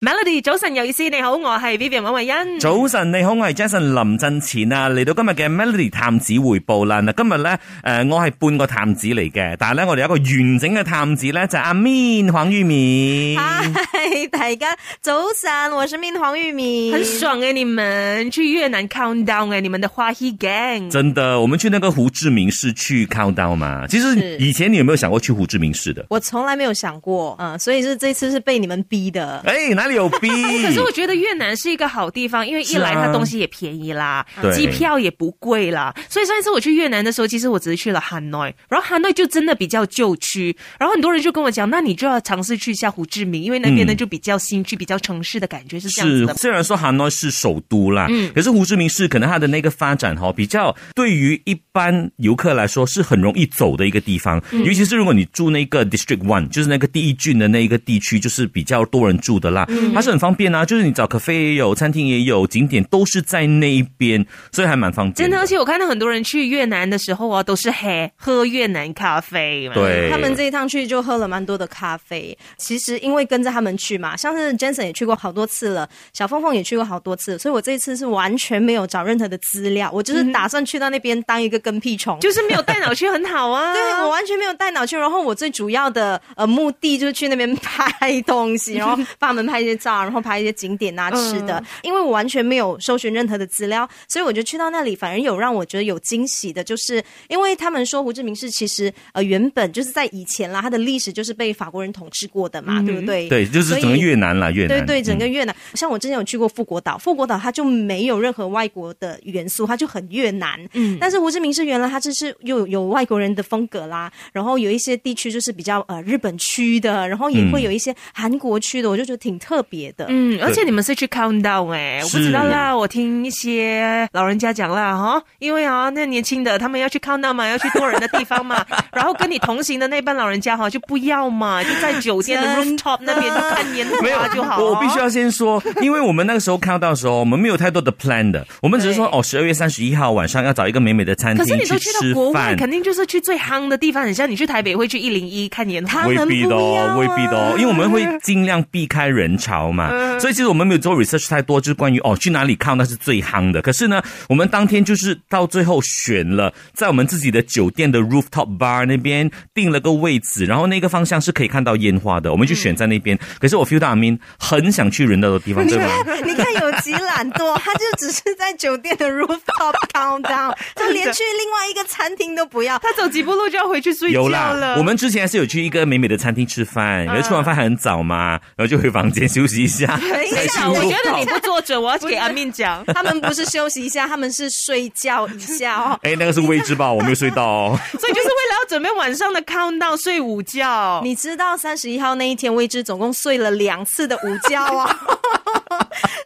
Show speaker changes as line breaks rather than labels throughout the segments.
Melody，早晨有意思，你好，我係 Vivian 尹慧欣。
早晨，你好，我係 Jason 林振前啊，嚟到今日嘅 Melody 探子回報啦。嗱，今日咧，誒、我係半個探子嚟嘅，但係咧，我哋有一個完整嘅探子咧，就係阿 Min 黃玉敏。
啊嗨， 大家早晨，我是面黃玉米。
很爽哎、你們去越南 countdown 哎、你們的花衣 gang。
真的，我們去那個胡志明市去 countdown 嘛。其實
是
以前你有沒有想過去胡志明市的？
我從來沒有想過，嗯，所以是這次是被你們逼的。
哎、哪裡有 B？
可是我覺得越南是一個好地方，因為一
是
來
啊
它東西也便宜啦
對，
機票也不貴啦。所以上一次我去越南的時候，其實我只是去了漢內，然後漢內就真的比較舊區。然後很多人就跟我講，那你就要嘗試去一下胡志明，因為那邊呢
嗯
就比較新區、比較城市的感覺是這樣子
是
的，。
虽然说韩诺是首都啦，
嗯
可是胡志明市可能它的那个发展哈、比较对于一般游客来说是很容易走的一个地方，
嗯
尤其是如果你住那个 District One，就是那个第一郡的那一个地区，就是比较多人住的啦，
嗯
它是很方便啊，就是你找咖啡也有，餐厅也有，景点都是在那一边，所以还蛮方便
真的，而且我看到很多人去越南的时候啊，都是喝喝越南咖啡嘛。
对，
他们这一趟去就喝了蠻多的咖啡。其實因為跟着他們去嘛，像是 Jensen 也去過好多次了，小鳳鳳也去過好多次，所以我這一次是完全沒有找任何的資料，我就是打算去到那邊當一個跟屁蟲。
就是没有带脑去很好啊。
对我完全沒有帶腦去，然後我最主要的呃目的就是去那邊拍東西，然後幫他們拍一些照，然後拍一些景點啊吃的。因為我完全沒有搜尋任何的資料，所以我就去到那裡，反而有讓我覺得有驚喜的，就是因為他們說胡志明市其實呃原本就是在以前啦，它的歷史就是被法國人統治過的嘛，对不对？
对，就是整个
所以
越南啦，越南
对对，整
嗯
个越南，像我之前有去过富国岛，富国岛它就没有任何外国的元素，它就很越南。嗯，但是胡志明市原来它就是又有有外国人的风格啦，然后有一些地区就是比较呃日本区的，然后也会有一些韩国区的，我就觉得挺特别的。
嗯，而且你们是去 countdown 哎、我不知道啦，我听一些老人家讲啦哈，因为啊那年轻的他们要去 countdown 嘛，要去多人的地方 嘛，然后跟你同行的那班老人家哈就不要嘛，就在酒店的
真的
rooftop 那边就看烟
没有
花就好、啊
我我必须。要先说，因为我们那个时候看到的时候，我们没有太多的 plan 的，我们只是说
对
哦，十二月三十一号晚上要找一个美美的餐
可是
厅
你都
去
去到
吃
国外，
饭。
肯定就是去最夯的地方，很像你去台北会去一零一看烟花。
他
未
们
必的
不要
哦，
啊
未必的哦，因为我们会尽量避开人潮嘛，
嗯
所以其实我们没有做 research 太多，就是关于哦去哪里看那是最夯的。可是呢，我们当天就是到最后选了在我们自己的酒店的 rooftop bar 那边定了个位置，然后那个方向是可以看到烟花的，我们就选在那
嗯
边。可是我 feel 到阿 Min 很想去人多的 地方，对吗？
你看有几懒惰，他就只是在酒店的 rooftop countdown，就连去另外一个餐厅都不要。
他走几步路就要回去睡觉
有
了嗯
啦，。我们之前还是有去一个美美的餐厅吃饭，然后吃完饭还很早嘛，然后就回房间休息一 下。
等一
等一
下，
下，
我
哎我
觉
觉
得
得你不坐着，我要给阿面讲。
他们不是休息一下，他们是睡觉一下哦。
哎，那个是位置吧，我没有睡 到哦。
所以就是为了要准备晚上的 countdown 睡午觉。
你知道三十一号那一天，为之总共睡了两次的午觉 啊！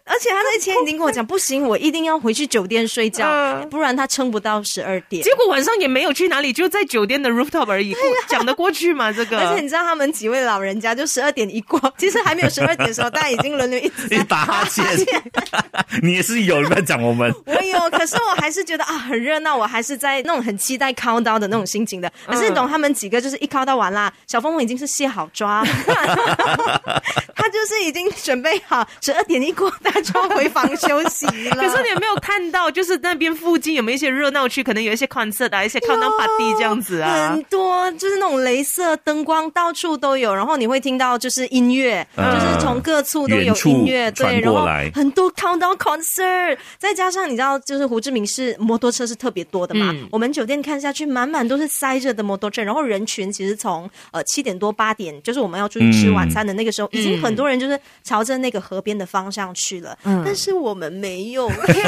而且他那天已经跟我讲，不行，我一定要回去酒店 睡觉，
嗯
不然他撑不到十二点。
啊
结果晚上也没有去哪里，就在酒店的 rooftop 而已，讲得过去吗？这个，
而且你知道他们几位老人家，就十二点一过，其实还没有十二点的时候，大家已经轮流一直
你
在
打哈欠， 你也是有人在讲我们。
我有，可是我还是觉得啊很热闹，我还是在那种很期待 countdown 的那种心情的。
嗯
可是你懂他们几个就是一 countdown 完啦，小凤凤已经是卸好 妆，她就是已经准备好十二点一过，她就要回房休息 了。
可是你有没有看到，就是那边附近有没有一些热闹区？可能有一些 concert 啊，一些 countdown party 这样子啊
很。多就是那种镭射灯光到处都有，然后你会听到就是音乐，
嗯
就是从各处都有
远处
音乐，对，
传
然
过
后
来
很多 countdown concert，再加上你知道，就是胡志明市摩托车是特别多的嘛，
嗯
我们酒店看下去满满都是塞着的摩托车，然后人群其实从呃七点多八点，就是我们要出去吃晚餐的那个时候，
嗯
已经很多人就是朝着那个河边的方向去了，
嗯
但是我们 没有。
OK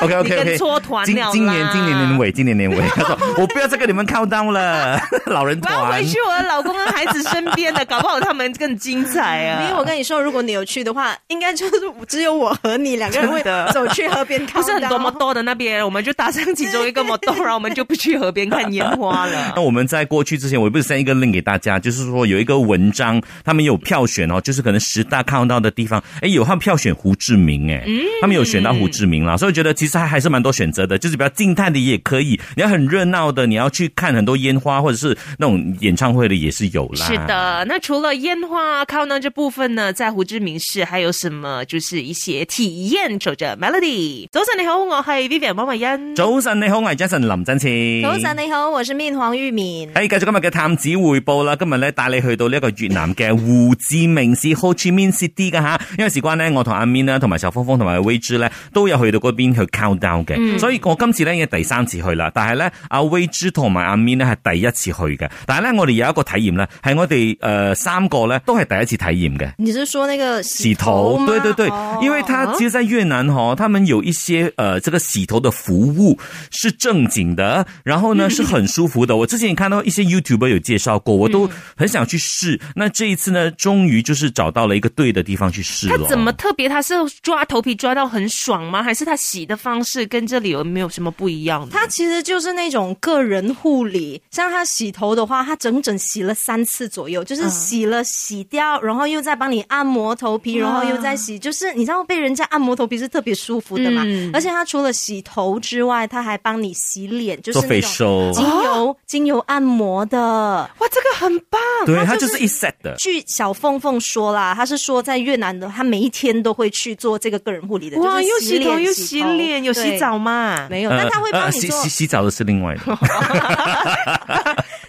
OK
你
OK，
跟搓团
今
了啦
今年今年年尾，今年年尾，他说我不要再跟你们 count down 了， 老人
我要
团
回。去我的老公跟孩子身边的，搞不好他们更精彩啊！
因为我跟你说，如果你有去的话，应该就是 只有我和你两个人会
真的
走去河边看。
不是很多摩多的那边，我们就搭上其中一个摩多，然后我们就不去河边看烟花了
那。我们在过去之前，我不是 send 一个 link 给大家，就是说有一个文章，他们有票选哦，就是可能十大 count down 的地方，哎，有他们票选胡志志明，哎，他们有选到胡志明啦，所以我觉得其实还还是蛮多选择的，就是比较静态的也可以，你要很热闹的，你要去看很多烟花或者是那种演唱会的也是有啦。
是，的，那除了烟花靠呢这部分呢，在胡志明市还有什么就是一些体验？守着 Melody，早晨你好，我系 Vivian 汪慧欣。
早晨你好，我係 Jason 林振前。
早晨你好，我是面黃玉敏。
哎诶，继续今日嘅探子汇报啦，今日咧带你去到呢一个越南嘅胡志明市 Ho Chi Minh City 噶吓，因为事关呢，我同阿 Min 啦，同埋小峰峰同埋 w a j 咧都有去到嗰边去 count down 嘅，所以我今次咧已經第三次去啦，但系咧阿 w a j 同埋阿 Min 咧系第一次去嘅，但系咧我哋有一个體驗咧，係我哋诶三個咧都係第一次體驗嘅。
你是说那个洗
洗头，
吗
对对对，
哦
因为他其实，在越南哈、哦，他们有一些呃，这个洗头的服务是正经的，然后呢 是很舒服的。我之前也看到一些 YouTuber 有介绍过，我都
嗯
很想去试。那这一次呢，终于就是找到了一个对的地方去试
它
了。
怎么特别？它是抓头皮抓到很爽吗？还是它洗的方式跟这里有没有什么不一样的？
它其实就是那种个人护理，像他洗头的话，他整整洗了三次左右，就是洗了洗掉，然后又再帮你按摩头皮，然后又再洗，就是你知道被人家按摩头皮是特别舒服的嘛。
嗯
而且他除了洗头之外，他还帮你洗脸，就是
做
那
肥
种
瘦？
精油、精油按摩的。
哇，这个很棒！
对，
它
它
就
就是是一 set 的。
据小凤凤说啦，她是说在越南的，她每一天都会去做这个个人护理的，
哇，
就
又
是洗
洗
脸
头又洗脸，有洗，澡嘛
对？嗯没有？但她会帮你
呃洗
做
洗洗澡的是另 外的，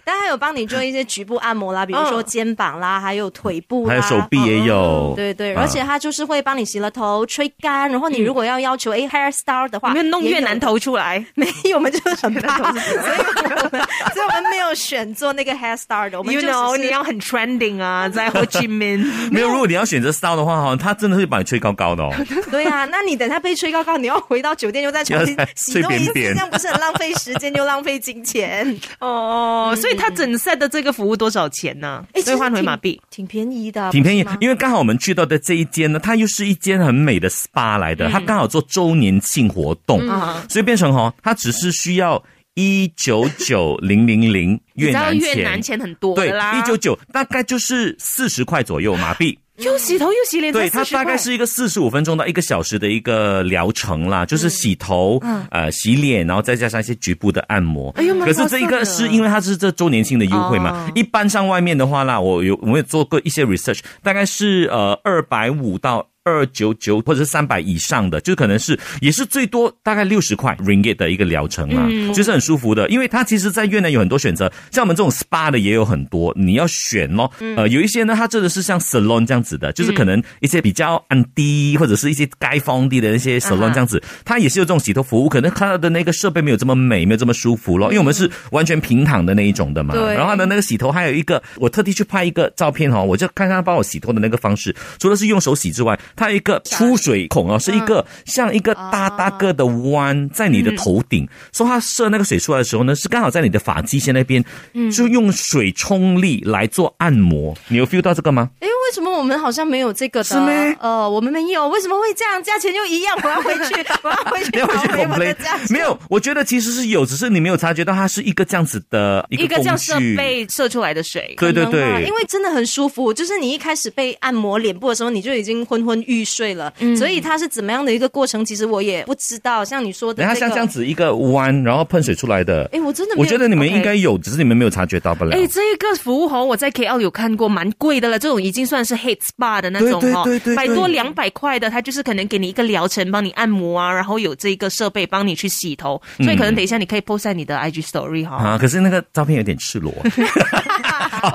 但他有帮你做一些局部按摩啦，比如说肩膀啦，嗯还有腿部啦，嗯
还有手臂也有。
对对，
啊
而且他就是会帮你洗了头、吹干，然后你如果要要求哎 hairstyle 的话，
你们弄
也
越
有
南，头出来，
没有，我们就是很怕， 所以我们所以我们没有选做那个 hairstyle 的，我们
you
就
know，
只
你
是
要很 trending 啊，在 Ho Chi Minh。
没有，如果你要选择 style 的话，哈，它真的会把你吹高高的哦。
对啊，那你等下被吹高高，你要回到酒店又再重新
要再
洗弄一次，
吹扁扁
这样不是很浪费时间又浪费金钱？
哦，所以它整 set 的这个服务多少钱呢？
哎，
兑换回马币。
挺便宜
啊
的，
挺便宜
不是吗，
因为刚好我们去到的这一间呢，它又是一间很美的 SPA 来的，它刚好做周年庆活动，
嗯
所以变成哦，它只是需要一九九零零零越
你知道
南
越
钱，
南钱很多
对
的啦，
一九九大概就是四十块左右马币。
又洗头又洗脸，
对，
才
它
40
大概
块
是一个四十五分钟到一个小时的一个疗程
嗯
啦，就是洗头、呃洗脸，然后再加上一些局部的按摩。
哎呦蛮
可是这一
划算
个
的
是因为它是这周年庆的优惠嘛，
哦
一般上外面的话啦，我有我有做过一些 research，大概是呃二百五到。二九九或者是三百以上的，就可能是也是最多大概六十块 ringgit 的一个疗程啦，就是很舒服的。因为它其实，在越南有很多选择，像我们这种 SPA 的也有很多，你要选咯。呃，有一些呢，它真的是像 salon 这样子的，就是可能一些比较暗低或者是一些街坊地的那些 salon 这样子，它也是有这种洗头服务，可能它的那个设备没有这么美，没有这么舒服咯，因为我们是完全平躺的那一种的嘛。
对
啊然后呢，那个洗头还有一个，我特地去拍一个照片哦，我就看他帮我洗头的那个方式，除了是用手洗之外，它有一个出水孔
嗯
哦，是一个像一个大大个的弯在你的头
嗯
顶，所以它射那个水出来的时候呢，是刚好在你的发际线那边，
嗯
就用水冲力来做按摩。你有 feel 到这个吗？
哎，为什么我们好像没有这个的？
是咩
呃，我们没有，为什么会这样？价钱又一样，我要回 去，我要回去
没有
找
去
回哦我的
complain，
价钱。
没有，我觉得其实是有，只是你没有察觉到它是一个这样子的一
一
个
个
工
这
具。
样设备射出来的水。
对对
可能吧啊
对
因为真的很舒服，就是你一开始被按摩脸部的时候，你就已经昏昏欲睡了。所以它是怎么样的一个过程，其实我也不知道。像你说的、
然后
这个，
像这样，子一个弯，然后喷水出来的。
哎，我真的没
我
有，
觉得你们
OK
应该有，只是你们没有察觉到不了。
哎，这个服务哦，我在 KL 有看过，蛮贵的了。这种已经算是 hate spa 的那种哦，
对对对对对
百多两百块的，它就是可能给你一个疗程，帮你按摩啊，然后有这个设备帮你去洗头，
嗯
所以可能等一下你可以 post 在你的 IG story 哈、
啊，可是那个照片有点 赤裸。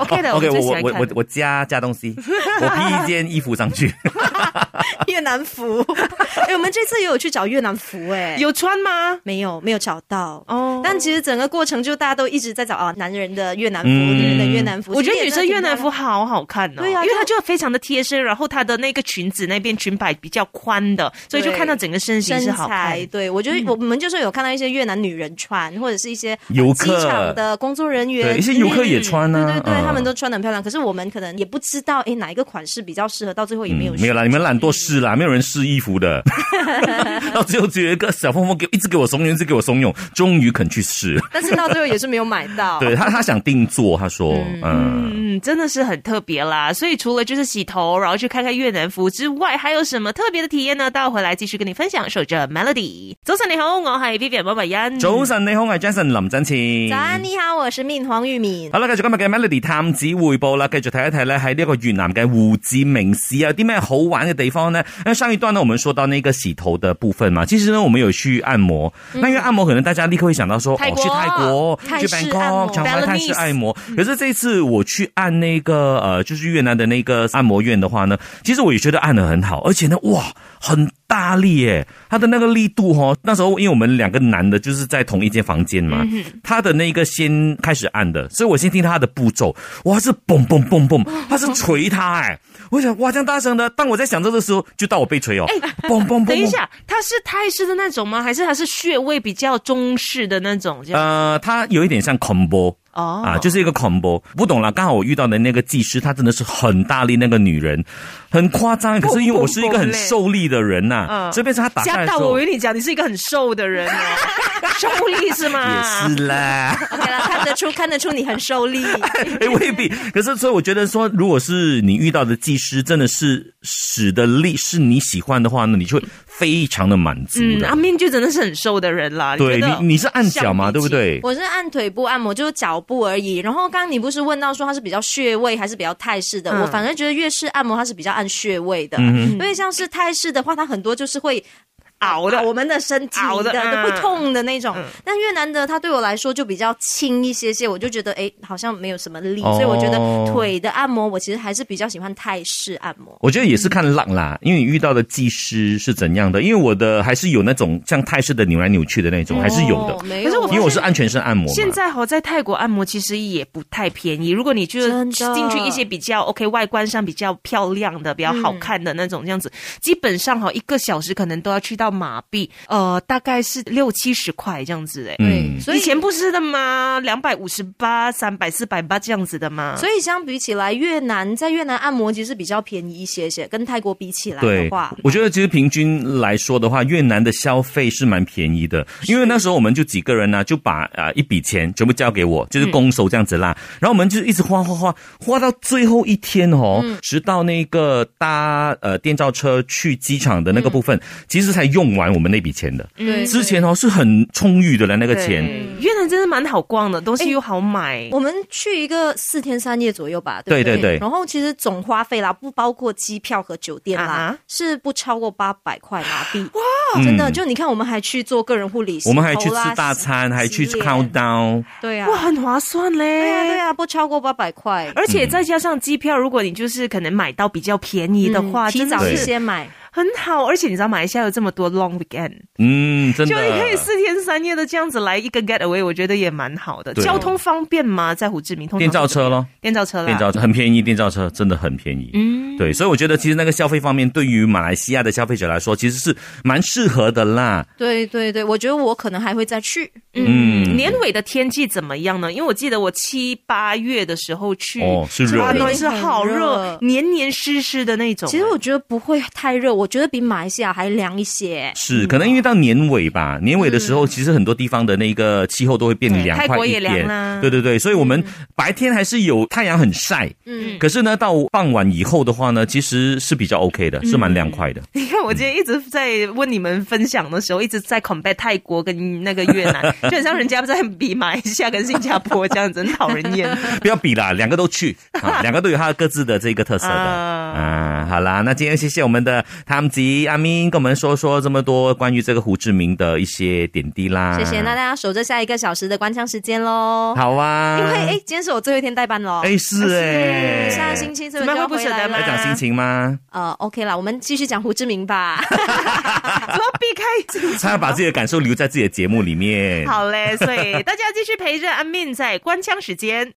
OK 的
啊 OK，
我
我
最喜
我
欢
我
看
我我加加 东西，我披一件衣服上去。
越南服。 哎，我们这次也有去找越南服，哎，
有穿吗？
没有没有找到
哦
但其实整个过程就大家都一直在找啊，男人的越南服，
嗯
女人的越南服。
我觉得女生越南
服。
服好好看哦，
对啊
因为它
就
就非常的贴身，然后它的那个裙子那边裙摆比较宽的，所以就
对
看到整个身形
身
是好看
材，。对我觉得我们就是有看到一些越南女人穿，或者是一些
游
机场
客
的工作人员，
对，一些游客也穿
对
啊。
对对，
嗯
他们都穿的很漂亮。可是我们可能也不知道，哎，哪一个款式比较适合，到最后也没有
嗯没有啦，你们懒惰试啦，没有人试衣 服的。到最后只有一个小凤凤给一直给我怂恿，一直给我怂恿，终于肯去试。
但是到最后也是没有买 到。
对他，他想定做，他说，嗯
哦嗯，真的是很特别啦。所以除了就是洗头，然后去看看越南服之外，还有什么特别的体验呢？待会来继续跟你分享。守着 Melody，早晨你好，我系 Vivian 莫慧欣。
早晨，你好，我系 Jason 林振前。
早安，你好，我是命黃玉敏。
好啦，繼續今日嘅 Melody 探子匯報啦，繼續睇一睇咧喺呢一個越南嘅胡志明市啊有啲咩好玩嘅地方呢？那上一段呢，我們說到那個洗頭的部分嘛，其實呢，我們有去按摩。那因為按摩可能大家立刻會想到說，
泰
哦，
國
去泰國、
嗯泰
去
式按摩
Bangkok、常來泰式
Balinese
按摩。
嗯
可是這一次我去按那個呃，就是越南的那個按摩院的話呢，其實我也覺得按得很好，而且呢，哇，很大力耶！它的那個力度哦，那時候因為我們兩個男的就是在同一間房間嘛，
嗯
他的那個先開始按的，所以我先听他的步骤，哇，是嘣嘣嘣嘣，他是捶他哎、我想哇，这样大声的，当我在想这个时候，就到我被捶哦，嘣嘣嘣，
哎等一
嘣。
下，它是泰式的那种吗？还是它是穴位比较中式的那种？这样
呃，它有一点像 combo。
哦
啊，就是一个 combo，不懂了。刚好我遇到的那个技师，她真的是很大力，那个女人很夸张。可是因为我是一个很受力的人呐、
嗯
所以变成她打下
吓
来的
啊
到
时
我，
候
我跟你讲，你是一个很瘦的人 哦，瘦力是吗？
也 是啦。
OK 了，看得出， 看得出你很受力。
哎，未必。可是，所以我觉得说，如果是你遇到的技师真的是使的力是你喜欢的话呢，你就会非常的满足
嗯，
的。
阿明就真的是很瘦的人啦。
对
你觉得
你，你是按脚嘛，
相比
对不
起？
对？
我是按腿部按摩，就是脚部而已。然后刚刚你不是问到说它是比较穴位还是比较泰式的？
嗯
我反正觉得粤式按摩它是比较按穴位的，因为像是泰式的话，它很多就是会。啊
熬
啊
的
我们的身体
熬的嗯
会痛的那种。但越南的它对我来说就比较轻一些些，我就觉得哎，好像没有什么力，
哦
所以我觉得腿的按摩我其实还是比较喜欢泰式按摩。
我觉得也是看浪啦，因为你遇到的技师是怎样的，因为我的还是有那种像泰式的扭来扭去的那种，还是有的
哦。没
可是
有
我
啊，
因为我是按全身按摩嘛，
现在好在泰国按摩其实也不太便宜，如果你就
真的
进去一些比较 OK 外观上比较漂亮的、比较好看的那种这样子，基本上哈一个小时可能都要去到马币，呃，大概是六七十块这样子哎、
嗯
对，所以
以前不是的吗？两百五十八、三百、四百八这样子的吗？
所以相比起来，越南在越南按摩其实比较便宜一些些，跟泰国比起来的
对
话，，
我觉得其实平均来说的话，越南的消费是蛮便宜的，因为那时候我们就几个人呢、就把啊、呃一笔钱全部交给我，
嗯
就是拱手这样子啦。然后我们就一直花花花，花到最后一天哦，
嗯
直到那个搭呃电召车去机场的那个部
嗯
分，其实才用完我们那笔钱的。
对
之前哦是很充裕的了，那个
对
钱。
越南真的蛮好逛的，东西又好买。
我们去一个四天三夜左右吧，对不
对对对
然后其实总花费啦，不包括机票和酒店啦，
啊哈
是不超过八百块马币。哇，真的，就你看，我们还去做个人护理，
嗯我们还去
洗头啦
吃大餐，还去 count，
洗脸
down，
对啊，
哇，很划算嘞！
对啊，
哎
对啊，不超过八百块。
嗯
而且再加上机票，如果你就是可能买到比较便宜的话，
嗯提
真的
早一
是
些买，
很好。而且你知道马来西亚有这么多 long weekend，
嗯，真
就
的。
你可以四天三夜的这样子来一个 get away，我觉得也蛮好的。
对
交通方便吗？在胡志明，通常
电召车咯，
电召车啦，
电召车很便宜，电召车真的很便宜。嗯，对，所以我觉得其实那个消费方面，对于马来西亚的消费者来说，其实是蛮适合的啦。
对对对，我觉得我可能还会再去，
嗯，年尾的天气怎么样呢？因为我记得我七八月的时候去，
哦是热的嗯
哇那是好
很
热
热，
黏黏湿湿的那种。
其实我觉得不会太热，我觉得比马来西亚还凉一些。
是，可能因为到年尾吧，年尾的时候，其实很多地方的那个气候都会变凉
泰
快
国
一
也凉
点
啦。
对对对，所以我们白天还是有太阳很晒，
嗯，
可是呢，到傍晚以后的话呢，其实是比较 OK 的，是蛮凉快的。
你看，我今天一直在问你们分享的时候，一直在 compare 泰国跟那个越南，就很像人家在比马来西亚跟新加坡这样子，很讨人厌。
不要比啦，两个都去， 啊、两个都有它各自的这个特色的。
啊
啊，好啦，那今天谢谢我们的汤吉阿明跟我们说说这么多关于这个胡志明的一些点滴啦。
谢谢，那大家守着下一个小时的关枪时间喽。
好啊，
因为哎，今天是我最后一天代班了。
哎是哎，
下个星期是
怎
不是
么
就
会
要
不
回
舍得
来
吗
要
了？
讲心情吗？
呃，OK 啦，我们继续讲胡志明吧。
怎么避开这个
他要把自己的感受留在自己的节目里面。
好嘞，所以大家继续陪着阿敏在官腔时间。